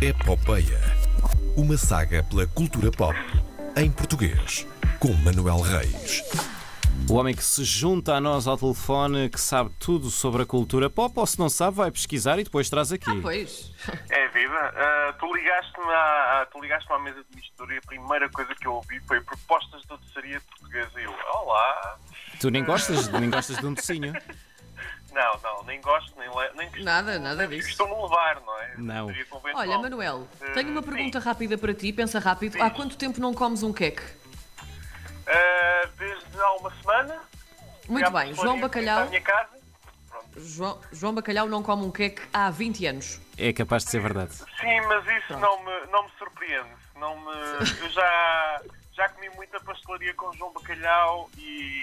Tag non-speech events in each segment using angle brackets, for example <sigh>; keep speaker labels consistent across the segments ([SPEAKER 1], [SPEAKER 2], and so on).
[SPEAKER 1] Epopeia. Uma saga pela cultura pop em português, com Manuel Reis.
[SPEAKER 2] O homem que se junta a nós ao telefone, que sabe tudo sobre a cultura pop, ou se não sabe, vai pesquisar e depois traz aqui.
[SPEAKER 3] Ah, Pois. <laughs>
[SPEAKER 4] É vida. Ah, tu ligaste-me à, à- tu ligaste-me à mesa de mistura e a primeira coisa que eu ouvi foi propostas de doceria portuguesa. E eu, olá.
[SPEAKER 2] Tu nem gostas, nem gostas de um docinho.
[SPEAKER 4] Não, não, nem gosto, nem, le- nem costumo-
[SPEAKER 3] Nada, nada
[SPEAKER 4] nem
[SPEAKER 3] disso.
[SPEAKER 4] costumo levar, não é?
[SPEAKER 2] Não.
[SPEAKER 4] Doceria convencional.
[SPEAKER 3] Olha, Manuel,
[SPEAKER 4] Eh,
[SPEAKER 3] tenho uma
[SPEAKER 4] sim.
[SPEAKER 3] pergunta rápida para ti, pensa rápido. Há quanto tempo não comes um queque?
[SPEAKER 4] Ah, desde há uma semana. fui à
[SPEAKER 3] Muito bem, João
[SPEAKER 4] pastelaria que está À
[SPEAKER 3] Bacalhau,
[SPEAKER 4] minha casa. Pronto.
[SPEAKER 3] João, João Bacalhau não come um queque há 20 anos.
[SPEAKER 2] É capaz de ser verdade.
[SPEAKER 4] Sim, mas isso não me, não me surpreende.
[SPEAKER 3] <laughs>
[SPEAKER 4] Não me, eu já, já comi muita pastelaria com João Bacalhau
[SPEAKER 3] <laughs>
[SPEAKER 4] e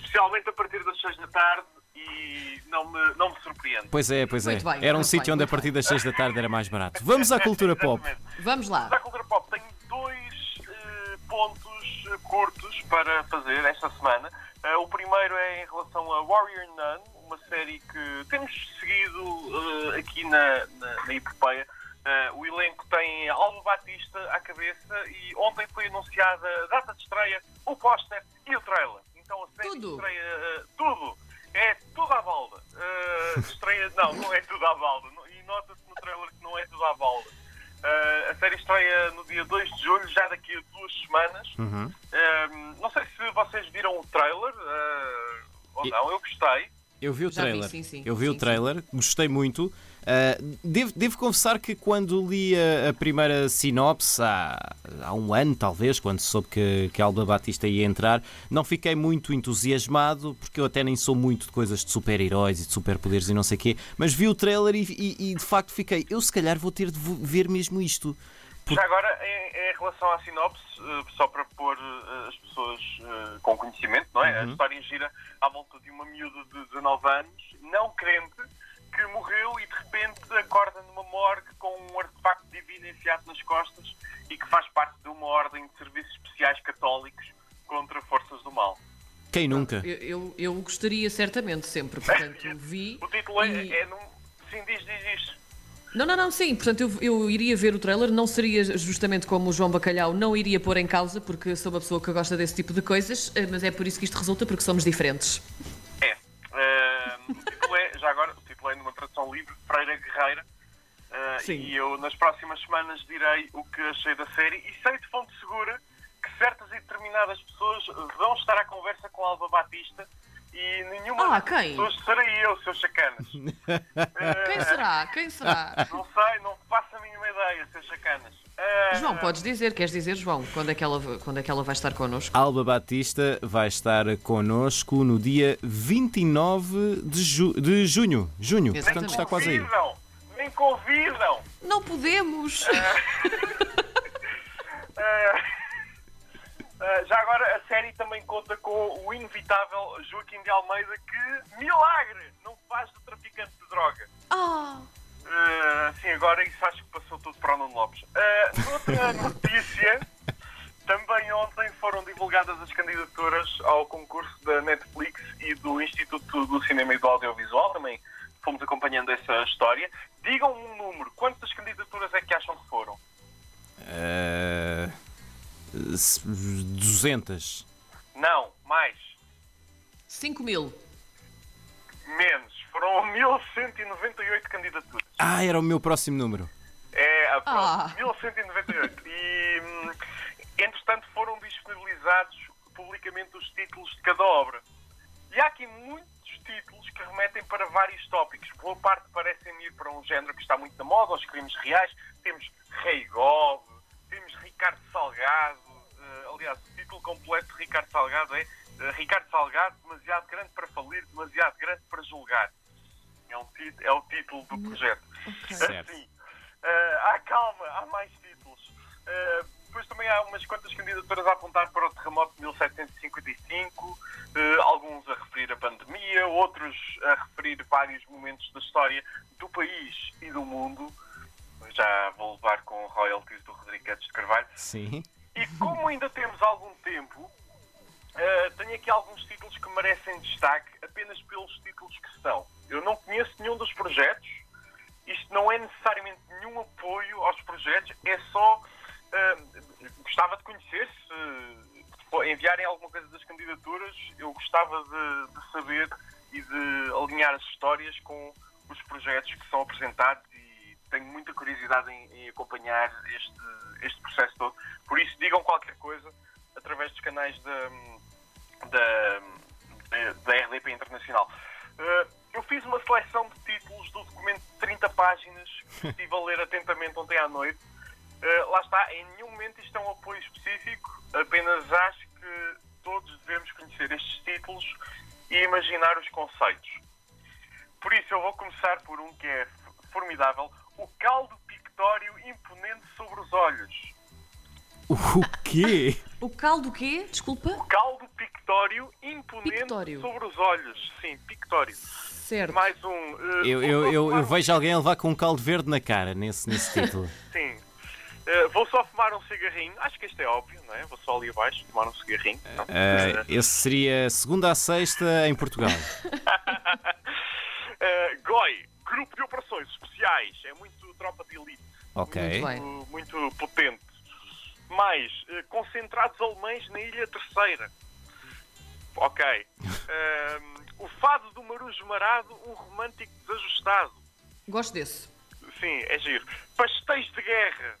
[SPEAKER 4] especialmente a partir das 6 da tarde e não me, não me surpreende.
[SPEAKER 2] Pois é, pois é.
[SPEAKER 3] Muito bem,
[SPEAKER 2] Era um
[SPEAKER 3] muito
[SPEAKER 2] sítio
[SPEAKER 3] bem,
[SPEAKER 2] onde a
[SPEAKER 3] muito
[SPEAKER 2] partir das 6 da tarde era mais barato. Vamos à cultura pop.
[SPEAKER 4] Exatamente.
[SPEAKER 3] Vamos lá.
[SPEAKER 4] Da cultura pop tenho dois eh, pontos eh, curtos para fazer esta semana. Eh, o primeiro é em relação a Warrior Nun, uma série que temos seguido eh, aqui na, na, na Hipopeia. Eh, o elenco tem Alvo Batista à cabeça e ontem foi anunciada a data de estreia, o póster e o trailer. Então a série
[SPEAKER 3] Tudo.
[SPEAKER 4] estreia eh, tudo. É tudo à balda. Eh, estreia, não, não é tudo à balda. Não- E nota-se no trailer que não é tudo à balda. Uh, a série estreia no dia 2 de julho, já daqui a duas semanas. Um, não sei se vocês viram o trailer uh, ou
[SPEAKER 2] E-
[SPEAKER 4] não, eu gostei.
[SPEAKER 2] Eu vi o
[SPEAKER 3] Já vi,
[SPEAKER 2] trailer.
[SPEAKER 3] sim, sim.
[SPEAKER 2] Eu vi o
[SPEAKER 3] Sim,
[SPEAKER 2] trailer, gostei muito. Ah, devo, devo confessar que quando li a, a primeira sinopse, há, há um ano talvez, quando soube que, que Alba Batista ia entrar, não fiquei muito entusiasmado, porque eu até nem sou muito de coisas de super-heróis e de superpoderes e não sei o quê, mas vi o trailer e, e- e, de facto fiquei, eu se calhar vou ter de vo- ver mesmo isto. Por-
[SPEAKER 4] Já agora, em, em relação à sinopse, uh, só para pôr uh, as pessoas uh, com conhecimento, não
[SPEAKER 3] Uhum.
[SPEAKER 4] é? A história gira à volta de uma miúda de 19 anos, não crente, que morreu e de repente acorda numa morgue com um artefacto divino enfiado nas costas e que faz parte de uma ordem de serviços especiais católicos contra forças do mal.
[SPEAKER 2] Quem nunca?
[SPEAKER 3] Eu, eu, eu gostaria certamente sempre,
[SPEAKER 4] <laughs>
[SPEAKER 3] portanto, vi.
[SPEAKER 4] O título é,
[SPEAKER 3] e-
[SPEAKER 4] é num... Sim, diz, diz, diz.
[SPEAKER 3] Não, não, não, sim. Portanto, eu, eu iria ver o trailer, não seria justamente como o João Bacalhau, não iria pôr em causa, porque sou uma pessoa que gosta desse tipo de coisas, eh, mas é por isso que isto resulta, porque somos diferentes.
[SPEAKER 4] É. Ah, o título é, já agora, o título é numa tradução livre, Freira Guerreira. Ah,
[SPEAKER 3] Sim.
[SPEAKER 4] E eu, nas próximas semanas, direi o que achei da série e sei de fonte segura que certas e determinadas pessoas vão estar à conversa com Alba Batista e nenhuma
[SPEAKER 3] Ah, quem?
[SPEAKER 4] pessoas serei eu, seus chacanas.
[SPEAKER 3] <laughs>
[SPEAKER 4] Eh,
[SPEAKER 3] Quem será? Quem será?
[SPEAKER 4] Não sei, não faço a mínima ideia, seus chacanas. Ah,
[SPEAKER 3] João, podes dizer, queres dizer, João, quando é que ela, quando é que ela vai estar connosco?
[SPEAKER 2] Alba Batista vai estar connosco no dia 29 de, ju- de junho. Junho, portanto
[SPEAKER 3] Exatamente.
[SPEAKER 2] está quase aí.
[SPEAKER 4] Convidam! Me convidam!
[SPEAKER 3] Não <laughs> podemos!
[SPEAKER 4] <laughs> Uh, É. já agora, a série também conta com o inevitável Joaquim de Almeida, que, milagre, não faz de traficante de droga.
[SPEAKER 3] Ah!
[SPEAKER 4] Uh, sim, agora isso acho que passou tudo para o Nuno Lopes. Uh, outra notícia, também ontem foram divulgadas as candidaturas ao concurso da Netflix e do Instituto do Cinema e do Audiovisual, também fomos acompanhando essa história. Digam um número, quantas candidaturas é que acham que foram?
[SPEAKER 2] Eh, s- 200.
[SPEAKER 4] Não, mais.
[SPEAKER 3] 5 mil!
[SPEAKER 4] Menos. Foram 1198 candidaturas.
[SPEAKER 2] Ah, era o meu próximo número.
[SPEAKER 4] É a
[SPEAKER 3] Ah.
[SPEAKER 4] prova. 1198. E, hum, entretanto, foram disponibilizados publicamente os títulos de cada obra. E há aqui muitos títulos que remetem para vários tópicos. Boa parte parecem ir para um género que está muito na moda, os crimes reais. Temos Rei Gob, temos Ricardo Salgado. Eh, aliás, o título completo de Ricardo Salgado é eh, Ricardo Salgado, demasiado grande para falir, demasiado grande para julgar. É, um tit- é o título do projeto.
[SPEAKER 2] Certo.
[SPEAKER 4] Assim, eh, há calma, há mais títulos. Eh, depois também há umas quantas candidaturas a apontar para o terremoto de 1755, eh, alguns a referir a pandemia, outros a referir vários momentos da história do país e do mundo. Já vou levar com royalties do Rodrigo Guedes de Carvalho.
[SPEAKER 2] Sim.
[SPEAKER 4] E como ainda temos algum tempo, eh, tenho aqui alguns títulos que merecem destaque apenas pelos títulos que são. Eu não conheço nenhum dos projetos, Isto não é necessariamente nenhum apoio aos projetos, é só. hum, gostava de conhecer se enviarem alguma coisa das candidaturas. Eu gostava de, de saber e de alinhar as histórias com os projetos que são apresentados e tenho muita curiosidade em, em acompanhar este, este processo todo. Por isso, digam qualquer coisa através dos canais da, da, da- da RDP Internacional. Eh, eu fiz uma seleção de títulos do documento de 30 páginas que estive a ler atentamente ontem à noite. Eh, lá está, em nenhum momento isto é um apoio específico, apenas acho que todos devemos conhecer estes títulos e imaginar os conceitos. Por isso, eu vou começar por um que é f- formidável: o caldo pictório imponente sobre os olhos.
[SPEAKER 2] O quê?
[SPEAKER 3] O caldo quê? Desculpa?
[SPEAKER 4] Caldo pictório imponente
[SPEAKER 3] Pictório.
[SPEAKER 4] sobre os olhos. Sim, pictório.
[SPEAKER 3] Certo.
[SPEAKER 4] Mais um. eh,
[SPEAKER 2] Eu, eu,
[SPEAKER 4] vou só
[SPEAKER 2] eu,
[SPEAKER 4] fumar
[SPEAKER 2] eu
[SPEAKER 4] um-
[SPEAKER 2] vejo alguém levar com um caldo verde na cara nesse, nesse título.
[SPEAKER 4] Sim. Eh, vou só fumar um cigarrinho. Acho que este é óbvio, não é? Vou só ali abaixo fumar um cigarrinho. não?
[SPEAKER 2] Ah, esse seria segunda a sexta em Portugal.
[SPEAKER 4] Eh, GOI, Grupo de Operações Especiais. É muito tropa de elite.
[SPEAKER 2] Ok.
[SPEAKER 3] Muito bem.
[SPEAKER 4] Muito, muito potente. Mais, eh, concentrados alemães na Ilha Terceira.
[SPEAKER 2] <laughs>
[SPEAKER 4] Ok. Ehm, o fado do Marujo Marado, um romântico desajustado.
[SPEAKER 3] Gosto desse.
[SPEAKER 4] Sim, é giro. Pastéis de guerra.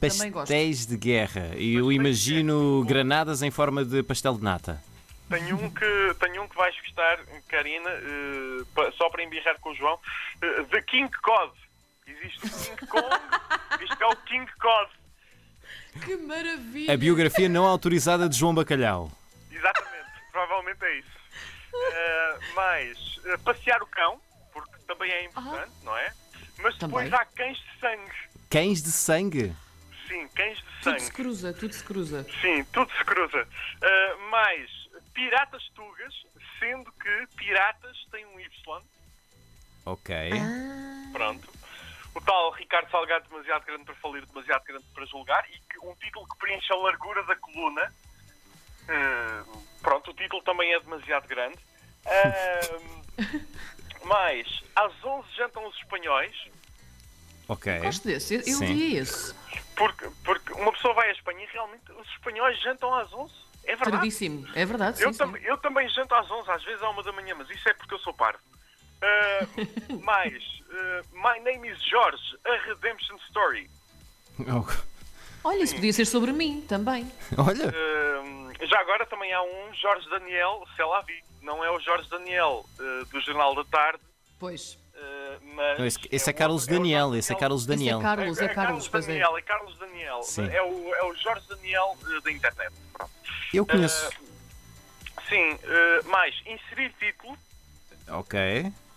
[SPEAKER 3] Também gosto.
[SPEAKER 2] Pastéis de guerra. E eu
[SPEAKER 4] Pastéis de
[SPEAKER 2] imagino
[SPEAKER 4] guerra.
[SPEAKER 2] granadas em forma de pastel de nata.
[SPEAKER 4] Tenho um que, tenho um que vais gostar, Karina, eh, pa- só para embirrar com o João. eh, The King Cod. Existe o
[SPEAKER 3] <laughs>
[SPEAKER 4] King Kong. Isto é o King Cod.
[SPEAKER 3] Que maravilha!
[SPEAKER 2] A biografia não autorizada de João Bacalhau.
[SPEAKER 4] Exatamente. Provavelmente é isso. Eh, mas eh, passear o cão, porque também é importante, não é? Mas depois
[SPEAKER 3] Ah. Também.
[SPEAKER 4] há cães de sangue.
[SPEAKER 2] Cães de sangue.
[SPEAKER 4] Sim, cães de
[SPEAKER 3] Tudo se
[SPEAKER 4] sangue.
[SPEAKER 3] cruza, tudo se cruza.
[SPEAKER 4] Sim, tudo se cruza. Ah, mais piratas tugas, sendo que piratas têm um Y.
[SPEAKER 2] Ok.
[SPEAKER 4] Pronto. O tal Ricardo Salgado, demasiado grande para falir, demasiado grande para julgar, e que- um título que preenche a largura da coluna. Ah, pronto, o título também é demasiado grande.
[SPEAKER 3] <laughs>
[SPEAKER 4] Ah, mais, às 11 jantam os espanhóis,
[SPEAKER 2] Ok.
[SPEAKER 3] Gosto desse. Eu- Eu
[SPEAKER 2] É? Sim.
[SPEAKER 3] li esse.
[SPEAKER 4] porque, porque uma pessoa vai à Espanha e realmente os espanhóis jantam às 11. É verdade.
[SPEAKER 3] Tardíssimo. É verdade, sim.
[SPEAKER 4] Eu,
[SPEAKER 3] sim.
[SPEAKER 4] tam- eu também janto às 11, às vezes à 1 da manhã, mas isso é porque eu sou parvo.
[SPEAKER 3] <laughs>
[SPEAKER 4] Ah, mais, ah, My Name is Jorge, A Redemption Story.
[SPEAKER 2] Oh,
[SPEAKER 3] Olha, isso podia ser sobre mim também.
[SPEAKER 2] <laughs> Olha.
[SPEAKER 4] Ah, já agora também há um Jorge Daniel, sei lá vi. Não é o Jorge Daniel ah, do Jornal da Tarde,
[SPEAKER 3] Pois.
[SPEAKER 4] ah, mas.
[SPEAKER 2] Não, esse, esse é
[SPEAKER 4] um
[SPEAKER 2] Carlos
[SPEAKER 4] outro- o
[SPEAKER 2] Daniel.
[SPEAKER 4] Jorge
[SPEAKER 2] Esse é Carlos Daniel.
[SPEAKER 3] Esse é Carlos, é Carlos, pois é.
[SPEAKER 4] Daniel, é Carlos Daniel.
[SPEAKER 2] Sim.
[SPEAKER 4] É o, é o Jorge Daniel ah, da internet. Pronto.
[SPEAKER 2] Eu conheço.
[SPEAKER 4] Ah, sim, ah, mais, inserir título. Ah,
[SPEAKER 2] Ok.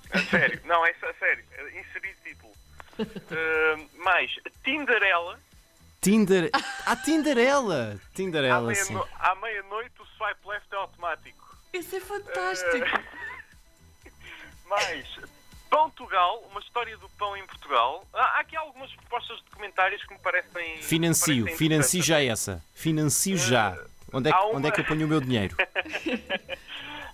[SPEAKER 2] <laughs>
[SPEAKER 4] A sério, não, é a sério. É Inserir título. Uh, mais, Tinderela,
[SPEAKER 2] Tinder. Ah, Tinderela!
[SPEAKER 4] à
[SPEAKER 2] Tinderela, sim.
[SPEAKER 4] meia-no- à meia-noite o swipe left é automático.
[SPEAKER 3] Esse é fantástico.
[SPEAKER 4] Mais, Portugal, uma história do pão em Portugal. Ah, Há há aqui algumas propostas de comentários que me parecem. me
[SPEAKER 2] Financio,
[SPEAKER 4] parecem
[SPEAKER 2] financio já essa. Financio já. Onde é, que,
[SPEAKER 4] Ah, há uma-
[SPEAKER 2] onde é que eu ponho o meu
[SPEAKER 4] <laughs>
[SPEAKER 2] dinheiro?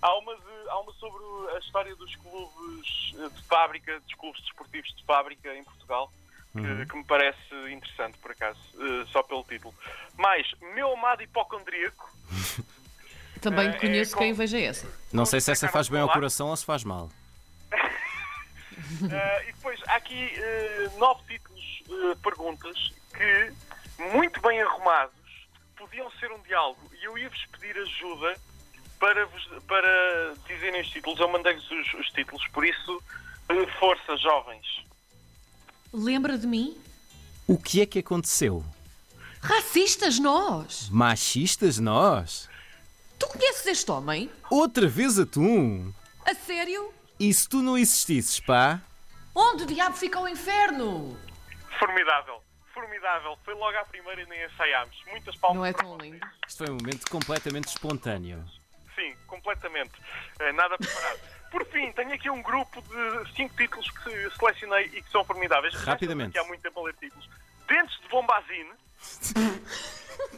[SPEAKER 4] Há uma, de- há uma sobre a história dos clubes eh, de fábrica, dos clubes desportivos de fábrica em Portugal, que,
[SPEAKER 2] Uhum.
[SPEAKER 4] que me parece interessante, por acaso, eh, só pelo título. Mais, Meu Amado Hipocondríaco.
[SPEAKER 3] Também
[SPEAKER 4] é
[SPEAKER 3] conheço
[SPEAKER 4] com-
[SPEAKER 3] quem veja essa.
[SPEAKER 2] Não sei
[SPEAKER 4] é
[SPEAKER 2] se essa faz bem ao coração ou se faz mal.
[SPEAKER 4] Eh, e depois, há aqui eh, nove títulos, eh, perguntas, que, muito bem arrumados, podiam ser um diálogo. E eu ia-vos pedir ajuda para, vos, para dizerem os títulos. Eu mandei-vos os, os títulos, por isso, eh, força, jovens.
[SPEAKER 3] Lembra de mim?
[SPEAKER 2] O que é que aconteceu?
[SPEAKER 3] Racistas nós!
[SPEAKER 2] Machistas nós?
[SPEAKER 3] Tu conheces este homem?
[SPEAKER 2] Outra vez atum?
[SPEAKER 3] A sério?
[SPEAKER 2] E se tu não existisses, pá?
[SPEAKER 3] Onde o diabo fica o inferno?
[SPEAKER 4] Formidável, formidável. Foi logo à primeira e nem ensaiámos. Muitas palmas.
[SPEAKER 3] Não é
[SPEAKER 4] para
[SPEAKER 3] tão
[SPEAKER 4] vocês.
[SPEAKER 3] lindo?
[SPEAKER 2] Isto foi um momento completamente espontâneo.
[SPEAKER 4] Sim, completamente. Eh, Nada preparado. Por fim, tenho aqui um grupo de cinco títulos que se- selecionei e que são formidáveis.
[SPEAKER 2] Rapidamente.
[SPEAKER 4] Já estou aqui há muito tempo a ler títulos. Dentes de Bombazine.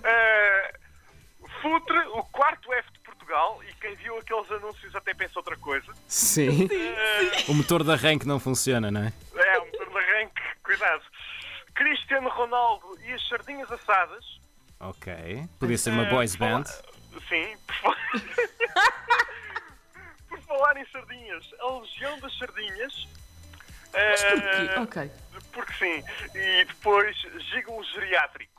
[SPEAKER 4] Eh, Futre, o quarto F de Portugal. E quem viu aqueles anúncios até pensa outra coisa.
[SPEAKER 2] Sim. O motor de arranque não funciona, não é?
[SPEAKER 4] É, um tem que cuidar. Cristiano Ronaldo e as sardinhas assadas.
[SPEAKER 2] Ok. Podia ser uma boys
[SPEAKER 4] Eh,
[SPEAKER 2] band.
[SPEAKER 4] por fa- Sim, por, fa- <laughs> por falar em sardinhas, a Legião das Sardinhas.
[SPEAKER 3] Mas
[SPEAKER 4] eh,
[SPEAKER 3] porquê? Ah. Ok.
[SPEAKER 4] Porque sim. E depois gigolo geriátrico.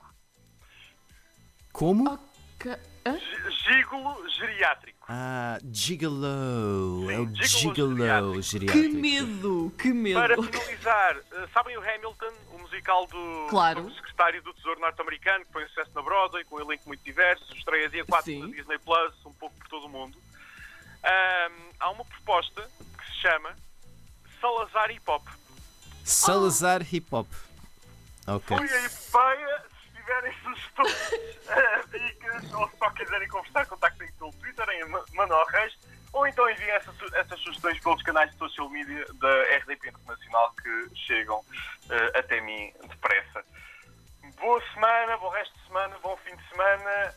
[SPEAKER 2] Como?
[SPEAKER 3] Que- hã?
[SPEAKER 4] G- Gigolo geriátrico.
[SPEAKER 2] Ah, gigolo. É o
[SPEAKER 4] Sim,
[SPEAKER 2] gigolo
[SPEAKER 4] gigolo
[SPEAKER 3] Que
[SPEAKER 2] geriátrico.
[SPEAKER 3] medo, que
[SPEAKER 4] Para
[SPEAKER 3] medo.
[SPEAKER 4] finalizar, eh, sabem o Hamilton, o musical do,
[SPEAKER 3] Claro.
[SPEAKER 4] do secretário do Tesouro norte-americano, que foi um sucesso na Broadway, com um elenco muito diverso, estreia dia 4
[SPEAKER 3] Sim.
[SPEAKER 4] na Disney Plus, um pouco por todo o mundo. Ahm, há uma proposta que se chama Salazar Hip Hop.
[SPEAKER 2] Salazar Hip Hop. Ok.
[SPEAKER 4] Fui a Ipeia, se tiverem sugestões, eh, dicas, ou se só quiserem conversar, contactem pelo Twitter em Ma- Manuel Reis, ou então enviem essa su- essas sugestões pelos canais de social media da RDP Internacional que chegam eh, até mim depressa. Boa semana, bom resto de semana, bom fim de semana.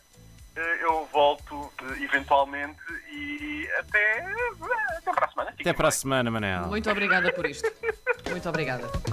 [SPEAKER 4] Eh, Eu volto eh, eventualmente e até, até para a semana.
[SPEAKER 2] Até
[SPEAKER 4] Fiquem
[SPEAKER 2] para a
[SPEAKER 4] bem.
[SPEAKER 2] semana, Manel.
[SPEAKER 3] Muito obrigada por isto. Muito obrigada.